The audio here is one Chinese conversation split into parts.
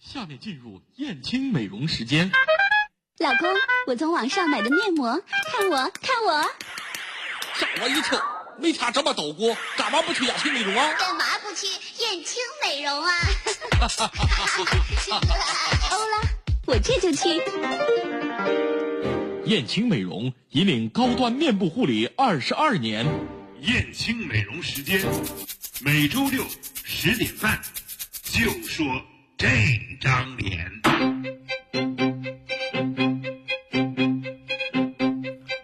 下面进入燕青美容时间。老公，我从网上买的面膜，看我，看我，吓我一跳！为啥这么抖过？干嘛不去雅青美容啊？干嘛不去燕青美容啊？ 欧拉，我这就去。燕青美容引领高端面部护理二十二年。燕青美容时间，每周六十点半，就说这张脸。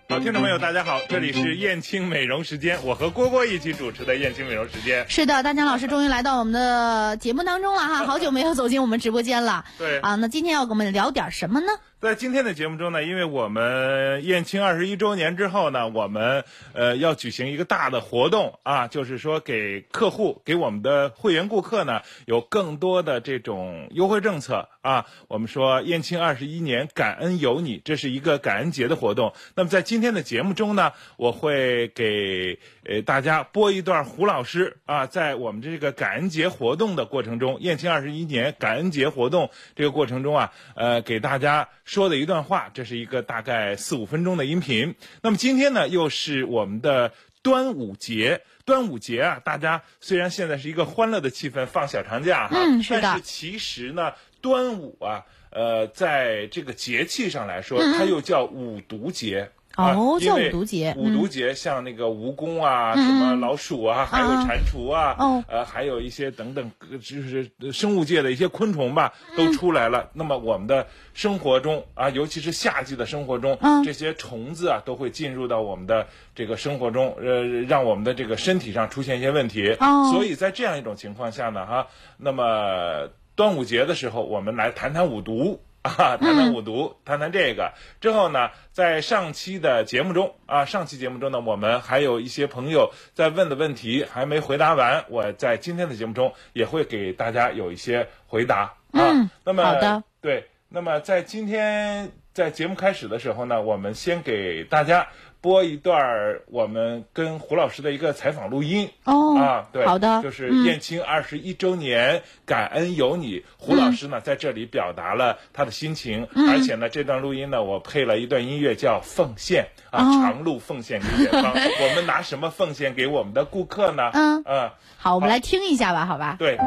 好，听众朋友，大家好，这里是燕青美容时间，我和郭郭一起主持的燕青美容时间。是的，大江老师终于来到我们的节目当中了 哈，好久没有走进我们直播间了。对啊，那今天要跟我们聊点什么呢？在今天的节目中呢，因为我们燕青二十一周年之后呢，我们呃要举行一个大的活动啊，就是说给客户、给我们的会员顾客呢，有更多的这种优惠政策啊。我们说燕青二十一年，感恩有你，这是一个感恩节的活动。那么在今天的节目中呢，我会给呃大家播一段胡老师啊，在我们这个感恩节活动的过程中，燕青二十一年感恩节活动这个过程中啊，呃，给大家说的一段话，这是一个大概四五分钟的音频。那么今天呢，又是我们的端午节。端午节啊，大家虽然现在是一个欢乐的气氛，放小长假哈、嗯是的但是其实呢，端午啊，呃，在这个节气上来说，它又叫五毒节。啊嗯哦因叫为五毒节五毒节像那个蜈蚣啊，什么老鼠啊，还有嗯啊蟾蜍啊，哦呃，还有一些等等，呃就是生物界的一些昆虫吧，嗯都出来了。那么我们的生活中啊，尤其是夏季的生活中，嗯这些虫子啊，都会进入到我们的这个生活中，呃，让我们的这个身体上出现一些问题。哦所以在这样一种情况下呢，哈、那么端午节的时候，我们来谈谈五毒。 啊，谈谈五嗯毒，谈谈这个之后呢，在上期的节目中啊，上期节目中呢，我们还有一些朋友在问的问题还没回答完，我在今天的节目中也会给大家有一些回答啊。嗯那么好的对，那么在今天在节目开始的时候呢，我们先给大家播一段儿我们跟胡老师的一个采访录音。哦啊，对，好的，就是嗯燕青二十一周年，感恩有你。胡老师嗯呢，在这里表达了他的心情，而且呢，这段录音呢，我配了一段音乐叫《奉献》啊，哦长路奉献给远 方。我们拿什么奉献给我们的顾客呢？嗯啊，好，我们来听一下吧，好吧？对，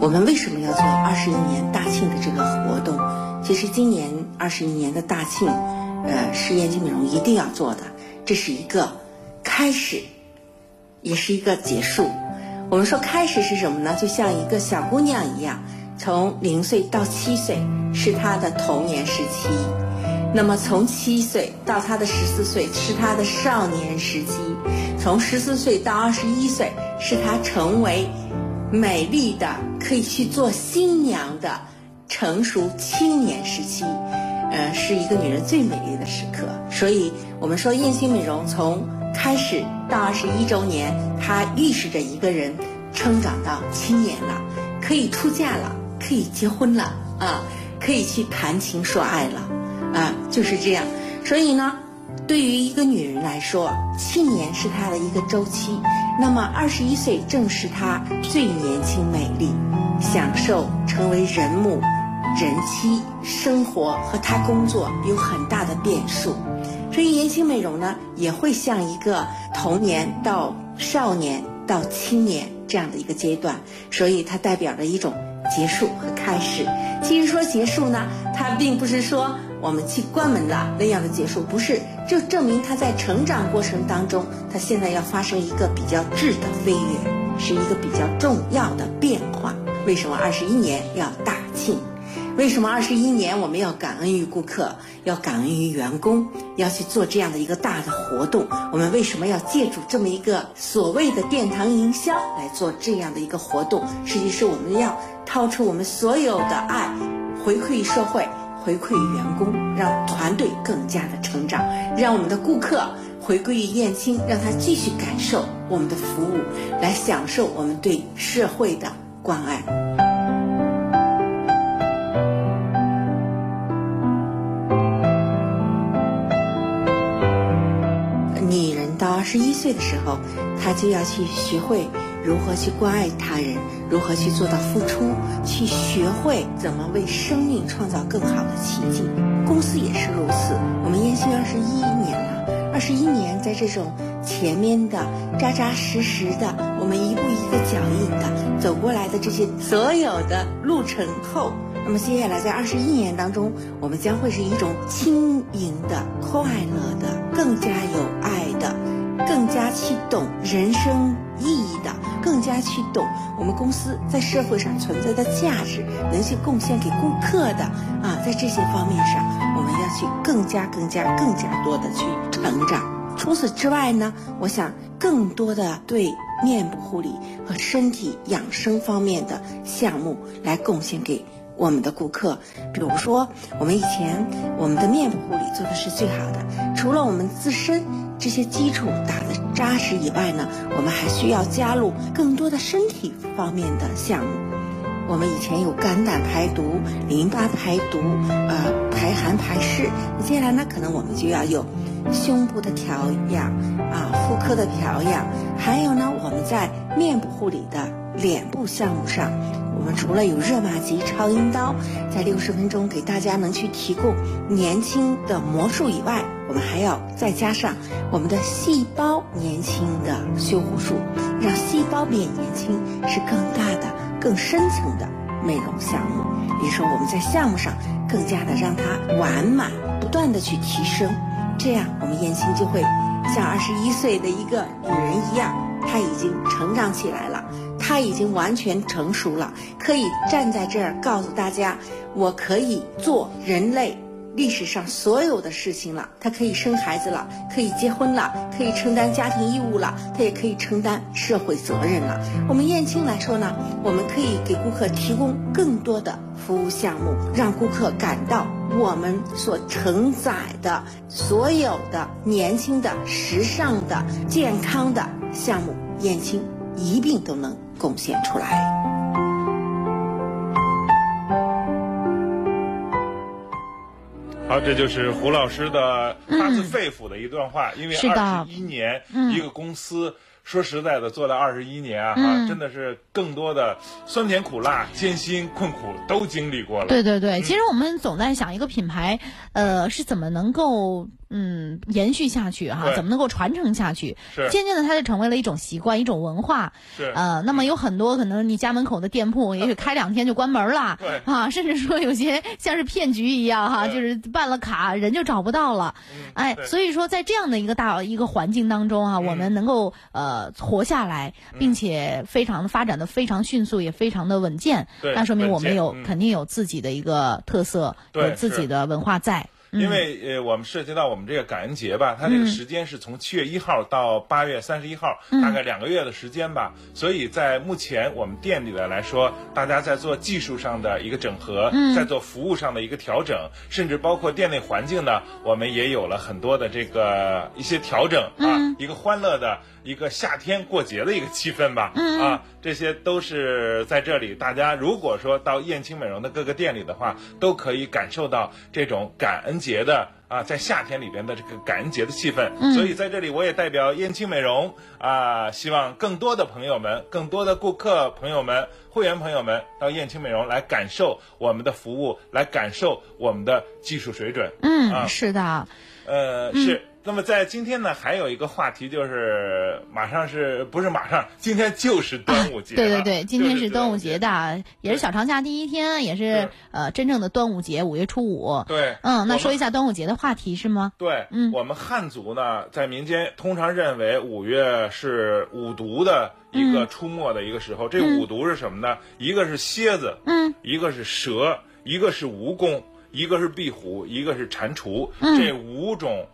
我们为什么要做二十一年大庆的这个活动？其实今年二十一年的大庆，呃，是燕京美容一定要做的，这是一个开始，也是一个结束。我们说开始是什么呢？就像一个小姑娘一样，从零岁到七岁是她的童年时期，那么从七岁到她的十四岁是她的少年时期，从十四岁到二十一岁是她成为美丽的可以去做新娘的成熟青年时期，呃，是一个女人最美丽的时刻。所以，我们说燕青美容从开始到二十一周年，它预示着一个人成长到青年了，可以出嫁了，可以结婚了啊，可以去谈情说爱了啊，就是这样。所以呢，对于一个女人来说，七年是她的一个周期，那么二十一岁正是她最年轻美丽，享受成为人母、人妻，生活和她工作有很大的变数。所以，年轻美容呢，也会像一个童年到少年到青年这样的一个阶段，所以它代表着一种结束和开始。其实说结束呢，它并不是说我们去关门了那样的结束，不是，就证明他在成长过程当中，他现在要发生一个比较质的飞跃，是一个比较重要的变化。为什么二十一年要大庆？为什么二十一年我们要感恩于顾客，要感恩于员工，要去做这样的一个大的活动？我们为什么要借助这么一个所谓的殿堂营销来做这样的一个活动？实际是我们要掏出我们所有的爱，回馈于社会，回馈于员工，让团队更加的成长，让我们的顾客回归于燕青，让他继续感受我们的服务，来享受我们对社会的关爱。女人到二十一岁的时候，他就要去学会如何去关爱他人，如何去做到付出，去学会怎么为生命创造更好的奇迹。公司也是如此。我们燕兴二十一年了，二十一年在这种前面的扎扎实实的，我们一步一个脚印的走过来的这些所有的路程后。那么接下来在二十一年当中，我们将会是一种轻盈的、快乐的、更加有爱的、更加去懂人生意义的、更加去懂我们公司在社会上存在的价值，能去贡献给顾客的啊，在这些方面上，我们要去更加、更加、更加多的去成长。除此之外呢，我想更多的对面部护理和身体养生方面的项目来贡献给我们的顾客。比如说，我们以前我们的面部护理做的是最好的，除了我们自身这些基础打得扎实以外呢，我们还需要加入更多的身体方面的项目。我们以前有肝胆排毒、淋巴排毒、呃排寒排湿，那接下来呢，可能我们就要有胸部的调养啊、妇科的调养，还有呢，我们在面部护理的脸部项目上，我们除了有热玛吉、超音刀，在六十分钟给大家能去提供年轻的魔术以外，我们还要再加上我们的细胞年轻的修护术，让细胞变年轻是更大的。更深层的美容项目，也说我们在项目上更加的让它完满，不断的去提升，这样我们燕青就会像二十一岁的一个女人一样，她已经成长起来了，她已经完全成熟了，可以站在这儿告诉大家，我可以做人类。历史上所有的事情了，她可以生孩子了，可以结婚了，可以承担家庭义务了，她也可以承担社会责任了。我们燕青来说呢，我们可以给顾客提供更多的服务项目，让顾客感到我们所承载的所有的年轻的、时尚的、健康的项目，燕青一并都能贡献出来。好，这就是胡老师的发自肺腑的一段话。因为是的嗯二十一年，一个公司说实在的做了二十一年啊，哈嗯真的是更多的酸甜苦辣、艰辛困苦都经历过了。对对嗯对，其实我们总在想一个品牌，呃，是怎么能够嗯延续下去哈、对怎么能够传承下去？是渐渐的，它就成为了一种习惯，一种文化。是嗯呃，那么有很多可能你家门口的店铺，也许开两天就关门了，对啊，甚至说有些像是骗局一样哈，对就是办了卡人就找不到了。嗯哎，对嗯所以说在这样的一个大一个环境当中啊，我们能够呃活下来，并且非常发展的非常迅速，也非常的稳健。对那说明稳我们健有嗯肯定有自己的一个特色，对有自己是的文化在。因为呃，我们涉及到我们这个感恩节吧，它这嗯个时间是从七月一号到八月三十一号，大概两个月的时间吧。所以在目前我们店里的来说，大家在做技术上的一个整合，嗯在做服务上的一个调整，甚至包括店内环境呢，我们也有了很多的这个一些调整嗯啊，一个欢乐的一个夏天过节的一个气氛吧，啊，这些都是在这里。大家如果说到燕青美容的各个店里的话，都可以感受到这种感恩节的啊，在夏天里边的这个感恩节的气氛。所以在这里，我也代表燕青美容啊，希望更多的朋友们、更多的顾客朋友们、会员朋友们到燕青美容来感受我们的服务，来感受我们的技术水准。嗯，啊是的，呃，嗯是。那么在今天呢，还有一个话题就是，马上是不是马上？今天就是端午节、啊对对对，今天是端午节的。的，也是小长假第一天，也是是呃真正的端午节，五月初五。对，嗯，那我说们一下端午节的话题是吗？对，嗯我们汉族呢，在民间通常认为五月是五毒的一嗯个出没的一个时候。这五毒是什么呢？一个是蝎子，嗯，一个是蛇，一个是蜈蚣，一个是壁虎，一个是蟾蜍。嗯这五种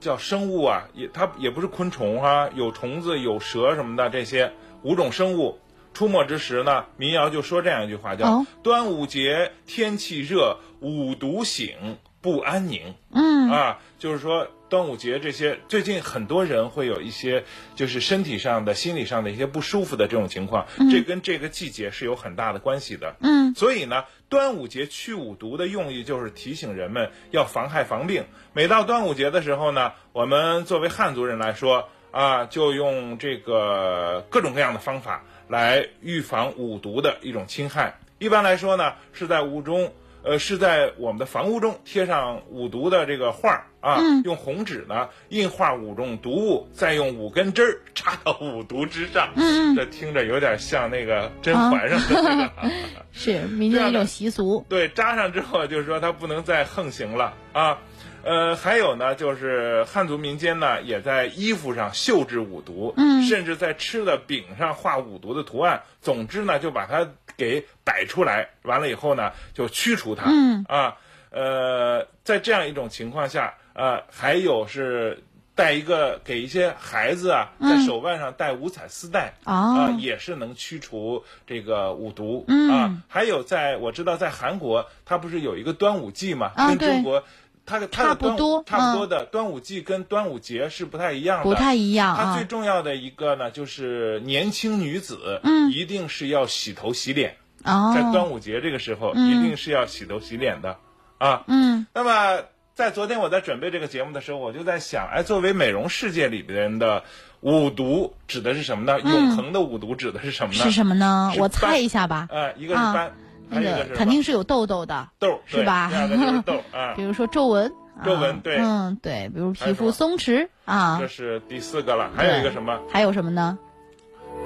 叫生物啊，也它也不是昆虫哈、有虫子、有蛇什么的这些五种生物。出没之时呢，民谣就说这样一句话，叫“哦端午节天气热，五毒醒，不安宁”。嗯啊，就是说端午节这些，最近很多人会有一些就是身体上的、心理上的一些不舒服的这种情况，这跟这个季节是有很大的关系的。嗯所以呢，端午节去五毒的用意就是提醒人们要防害防病。每到端午节的时候呢，我们作为汉族人来说啊，就用这个各种各样的方法来预防五毒的一种侵害。一般来说呢，是在屋中，呃，是在我们的房屋中贴上五毒的这个画儿啊，嗯用红纸呢印画五种毒物，再用五根针儿插到五毒之上。嗯嗯啊这听着有点像那个甄嬛上的这个。啊是民间的一种习俗。对，扎上之后就是说它不能再横行了啊。呃，还有呢，就是汉族民间呢，也在衣服上绣制五毒，嗯甚至在吃的饼上画五毒的图案。总之呢，就把它给摆出来，完了以后呢，就驱除它。嗯啊，呃，在这样一种情况下，呃，还有是带一个给一些孩子啊，在手腕上戴五彩丝带，啊、嗯哦，也是能驱除这个五毒、嗯啊。还有在我知道在韩国，它不是有一个端午祭嘛，啊跟对中国它的它差的不端午多嗯差不多的、端午祭跟端午节是不太一样的，不太一样它最啊。重要的一个呢，就是年轻女子，嗯一定是要洗头洗脸，在端哦，午节这个时候，嗯一定是要洗头洗脸的，啊，嗯那么在昨天我在准备这个节目的时候，我就在想，哎，作为美容世界里边的五毒指的是什么呢？嗯永恒的五毒指的是什么呢？是什么呢？是我斑猜一下吧，呃，一个是斑，那还有一个是啊肯定是有痘痘的，痘儿，是吧对第二个就是痘 儿啊比，如说皱纹。啊皱纹对嗯，对，比如还皮有什么肤松弛啊这，是第四个了，还有一个什么还有什么呢？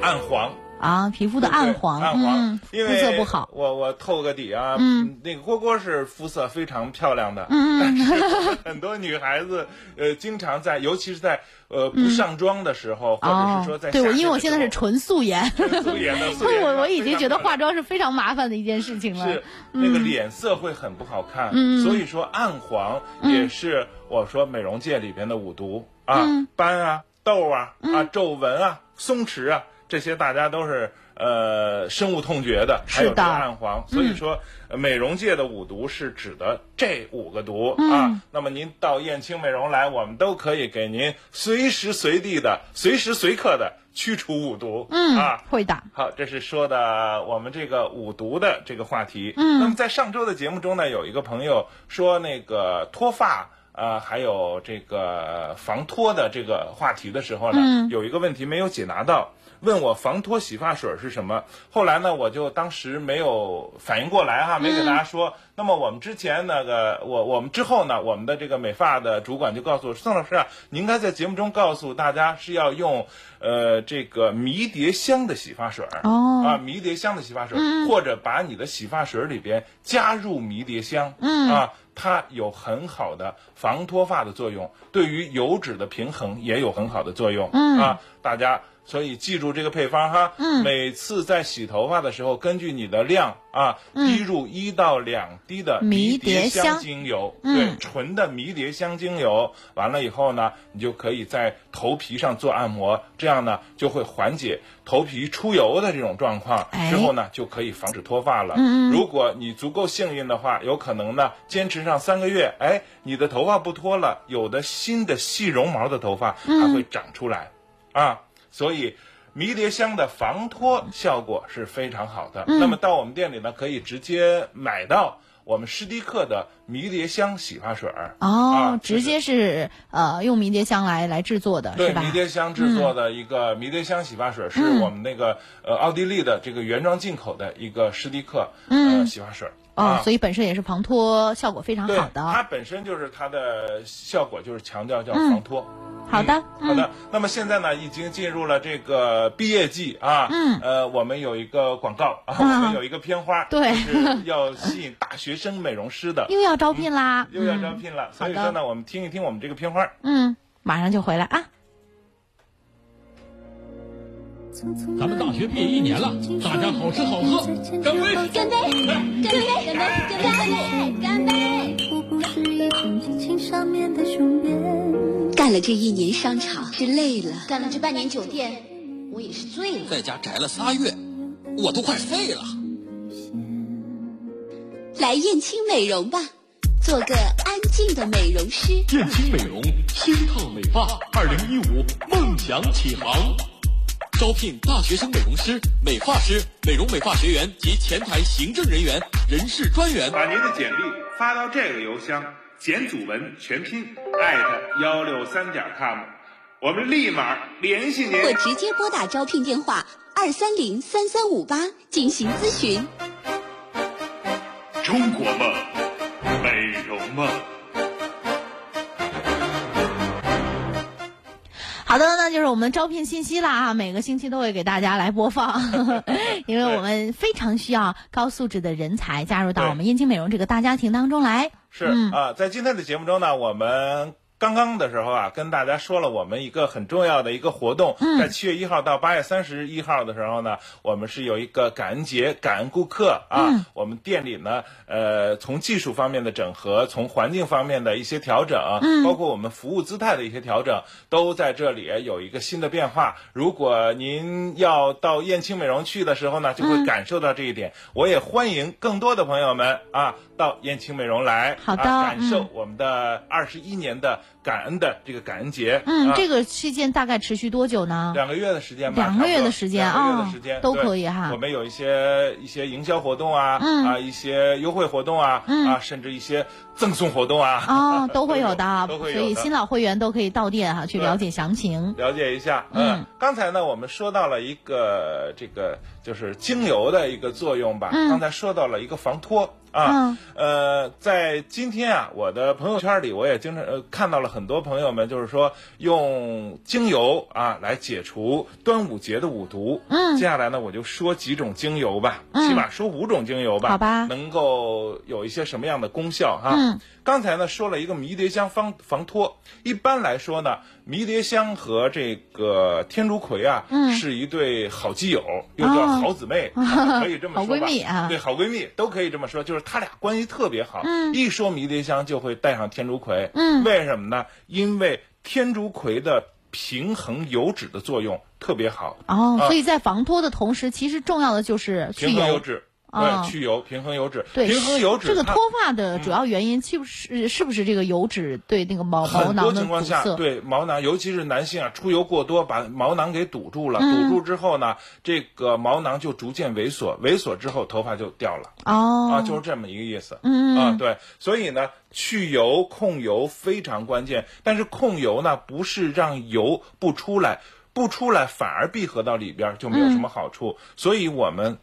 暗黄。啊，皮肤的暗黄，对暗黄嗯，，因肤为色不好， 我我透个底啊，嗯，那个蝈蝈是肤色非常漂亮的，嗯嗯 很多女孩子呃，经常在，尤其是在呃不上妆的时候，嗯，或者哦是说，在对，我夏天因为我的现时在是候纯素颜， 素颜的，素所以颜 我的我已经觉得非常化妆是非常麻烦的一件事情了是。那个脸色会很不好看，嗯所以说暗黄也是我说美容界里边的五毒啊，嗯斑啊、痘啊、啊、皱纹啊、松弛啊，这些大家都是呃深恶痛绝的，还有这是的嗯个暗黄，所以说、呃美容界的五毒是指的这五个毒、嗯啊。那么您到燕青美容来，我们都可以给您随时随地的、随时随刻的驱除五毒，嗯啊，，会的，好，这是说的我们这个五毒的这个话题。嗯那么在上周的节目中呢，有一个朋友说那个脱发。呃，还有这个呃防脱的这个话题的时候呢，嗯有一个问题没有解答到，问我防脱洗发水是什么。后来呢，我就当时没有反应过来嗯哈，没给大家说。那么我们之前那个，我我们之后呢，我们的这个美发的主管就告诉我，宋老师啊，你应该在节目中告诉大家是要用呃这个迷迭香的洗发水儿哦啊，迷迭香的洗发水儿，嗯或者把你的洗发水里边加入迷迭香，嗯啊，它有很好的防脱发的作用，对于油脂的平衡也有很好的作用，嗯啊，大家所以记住这个配方哈，嗯每次在洗头发的时候，根据你的量啊，滴入一到两滴的嗯迷迭迭香精油，嗯对，纯的迷迭香精油，完了以后呢，你就可以在头皮上做按摩，这样呢就会缓解头皮出油的这种状况哎，之后呢就可以防止脱发了。嗯嗯如果你足够幸运的话，有可能呢坚持上三个月，哎，你的头发不脱了，有的新的细绒毛的头发嗯还会长出来，啊，所以。迷迭香的防脱效果是非常好的。嗯那么到我们店里呢，可以直接买到我们施迪克的迷迭香洗发水儿。哦啊，直接是呃用迷迭香来来制作的，对是吧嗯迷？迭香制作的一个迷迭香洗发水，是我们那个呃奥地利的这个原装进口的一个施迪克呃嗯洗发水儿。哦啊，所以本身也是防脱效果非常对好它的。本身就是它的效果就是强调叫防脱。好的，嗯好的。那么现在呢，已经进入了这个毕业季啊。嗯呃，我们有一个广告啊，我啊们有一个片花， 对就是要吸引大学生美容师的，又要招聘啦，又要招聘了。所以好的说呢，我们听一听我们这个片花。嗯，马上就回来啊。咱们大学毕业一年了，大家好吃好喝，干杯！干杯！干杯！干杯！干杯！干杯！我不是一种激情上面的雄辩。干了这一年商场是累了，干了这半年酒店，我也是醉了。在家宅了仨月，我都快废了。来燕青美容吧，做个安静的美容师。燕青美容新烫美发，二零一五梦想起航。招聘大学生美容师、美发师、美容美发学员及前台行政人员、人事专员。把您的简历发哎到这个邮箱：简祖文全拼艾特幺六三点 com。我们立马联系您。或直接拨打招聘电话二三零三三五八进行咨询。中国梦，美容梦。好的，那就是我们招聘信息啦啊，每个星期都会给大家来 播放，因为我们非常需要高素质的人才加入到对我们燕京美容这个大家庭当中来。是嗯啊，在今天的节目中呢，我们。刚刚的时候啊，跟大家说了我们一个很重要的一个活动，在七月一号到八月三十一号的时候呢，我们是有一个感恩节感恩顾客啊。我们店里呢，呃，从技术方面的整合，从环境方面的一些调整，包括我们服务姿态的一些调整，都在这里有一个新的变化。如果您要到燕青美容去的时候呢，就会感受到这一点。我也欢迎更多的朋友们啊，到燕青美容来。好的啊感受嗯我们的二十一年的感恩的这个感恩节。嗯，啊、这个事件大概持续多久呢？两个月的时间吧，两个月的时间差不多两个月哦的时间、都对可以哈我们有一些一些营销活动啊，嗯啊，一些优惠活动啊，嗯啊，甚至一些赠送活动啊，哦，都会有的啊， 都所会有的以新老会员都可以到店哈、去对了解详情。了解一下。嗯刚才呢，我们说到了一个这个就是精油的一个作用吧，嗯刚才说到了一个防脱啊，呃，在今天啊，我的朋友圈里我也经常呃看到了很多朋友们就是说用精油啊来解除端午节的五毒。嗯接下来呢，我就说几种精油吧，嗯起码说五种精油吧，好吧能够有一些什么样的功效哈？嗯刚才呢说了一个迷迭香防防脱，一般来说呢，迷迭香和这个天竺葵啊，嗯是一对好基友，又叫哦好姊妹， 可以这么说吧，好闺蜜啊对，好闺蜜都可以这么说，就是她俩关系特别好，嗯一说迷迭香就会带上天竺葵，嗯为什么呢？因为天竺葵的平衡油脂的作用特别好，哦，啊所以在防脱的同时，其实重要的就是去平衡油油。脂，哦对，去油，平衡油脂，对，平衡油脂，这个它嗯脱发的主要原因，是不是是不是这个油脂对那个毛哦毛很多囊的情堵况下，塞？对毛囊，尤其是男性啊，出油过多把毛囊给堵住了，堵嗯住之后呢，这个毛囊就逐渐萎缩，萎缩之后头发就掉了、哦，啊，就是这么一个意思。嗯啊，对，所以呢，去油控油非常关键，但是控油呢，不是让油不出来，不出来反而闭合到里边儿就没有嗯什么好处，所以我们。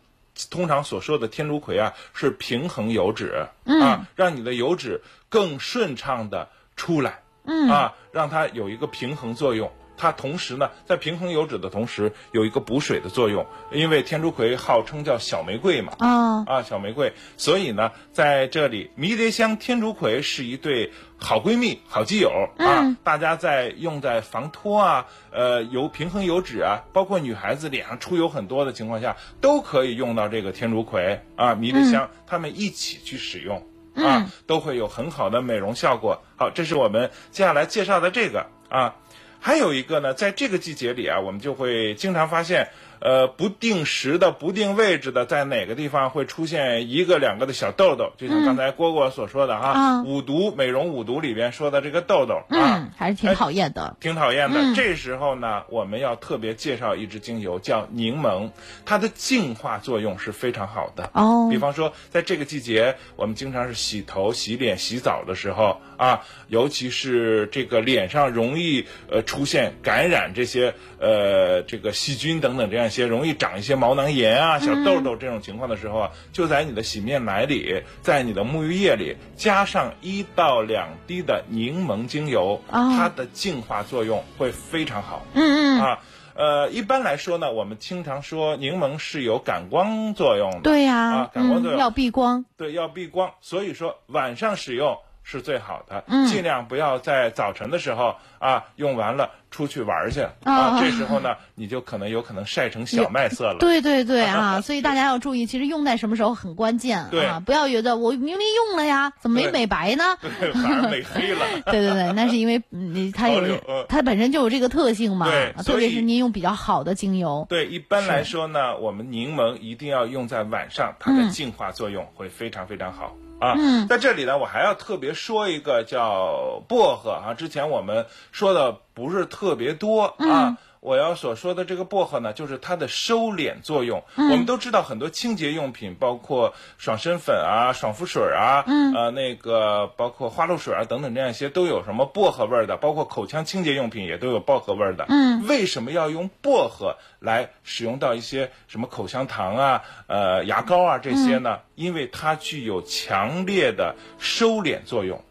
通常所说的天竺葵啊，是平衡油脂、嗯啊，让你的油脂更顺畅的出来，嗯啊，让它有一个平衡作用。它同时呢，在平衡油脂的同时，有一个补水的作用，因为天竺葵号称叫小玫瑰嘛，啊，啊，小玫瑰。所以呢，在这里，迷迭香、天竺葵是一对好闺蜜、好基友啊。嗯大家在用在防脱啊、呃油平衡油脂啊，包括女孩子脸上出油很多的情况下，都可以用到这个天竺葵啊、迷迭香，它们一起去使用。啊，都会有很好的美容效果。好，这是我们接下来介绍的这个啊，还有一个呢，在这个季节里啊，我们就会经常发现，呃，不定时的、不定位置的，在哪个地方会出现一个、两个的小痘痘，就嗯像刚才蝈蝈所说的哈、啊五毒美容五毒里边说的这个痘痘啊。嗯，还是挺讨厌的。挺讨厌的。嗯这时候呢，我们要特别介绍一支精油，叫柠檬，它的净化作用是非常好的。哦比方说，在这个季节，我们经常是洗头、洗脸、洗澡的时候啊，尤其是这个脸上容易呃出现感染这些呃这个细菌等等这样一些容易长一些毛囊炎嗯啊、小痘痘这种情况的时候啊，就在你的洗面奶里，在你的沐浴液里加上一到两滴的柠檬精油，哦它的净化作用会非常好。嗯嗯，啊，呃，一般来说呢，我们经常说柠檬是有感光作用的，对呀啊，感光作嗯，用要避光。对，要避光，所以说晚上使用是最好的，嗯尽量不要在早晨的时候啊用完了出去玩儿去、哦啊，这时候呢你就可能有可能晒成小麦色了。对对对啊，所以大家要注意，其实用在什么时候很关键对啊！不要觉得我明明用了呀，怎么没对美白呢？对，反而美黑 了。 对对对，那是因为嗯，它有潮流呃它本身就有这个特性嘛，对啊特所别以是您用比较好的精油，对，一般来说呢，我们柠檬一定要用在晚上，它的净化作用会非常非常好。啊，嗯在这里呢，我还要特别说一个叫薄荷啊，之前我们说的不是特别多啊，我要所说的这个薄荷呢，就是它的收敛作用。我们都知道很多清洁用品，包括爽身粉啊、爽肤水啊，嗯，呃，那个包括花露水啊等等这样一些都有什么薄荷味儿的，包括口腔清洁用品也都有薄荷味儿的。嗯，为什么要用薄荷来使用到一些什么口香糖啊、呃牙膏啊这些呢？因为它具有强烈的收敛作用。哎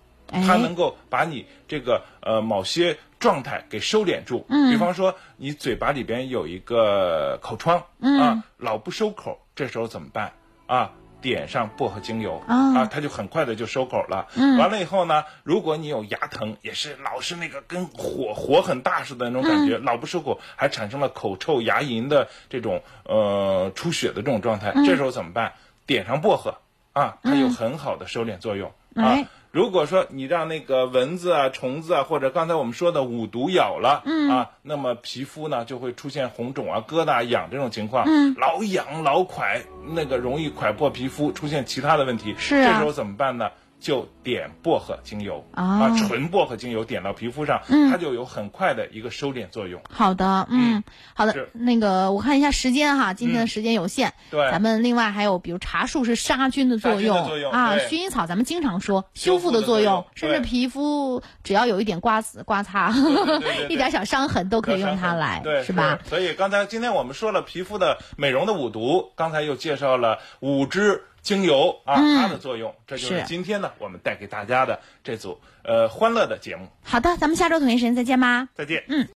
它能够把你这个呃某些状态给收敛住。嗯，比方说你嘴巴里边有一个口疮，嗯、啊，老不收口，这时候怎么办啊？点上薄荷精油、啊啊，它就很快的就收口了。嗯，完了以后呢，如果你有牙疼，也是老是那个跟火火很大似的那种感觉，老不收口，还产生了口臭、牙龈的这种呃出血的这种状态，这时候怎么办？点上薄荷啊，它有很好的收敛作用、嗯哎啊。如果说你让那个蚊子啊、虫子啊，或者刚才我们说的五毒咬了，嗯啊，那么皮肤呢就会出现红肿啊、疙瘩、痒这种情况，嗯，老痒老蒯，那个容易蒯破皮肤，出现其他的问题，是啊这时候怎么办呢？就点薄荷精油、啊啊，纯薄荷精油点到皮肤上，嗯它就有很快的一个收敛作用。好的，嗯嗯，好的是，嗯那个我看一下时间哈，今天的时间有限，对咱们另外还有比如茶树是杀菌的作杀菌用的作用啊，对薰衣草咱们经常说修修复复的的作作用用，甚至对皮肤只要有一点刮子刮擦 对对，对一点小伤痕都可以用它来，对，是吧？？所以刚才今天我们说了皮肤的美容的五毒，刚才又介绍了五支精油啊、嗯它的作用，这就是是今天呢我们带给大家的这组呃欢乐的节目。好的，咱们下周同一时间再见吧。再见。嗯。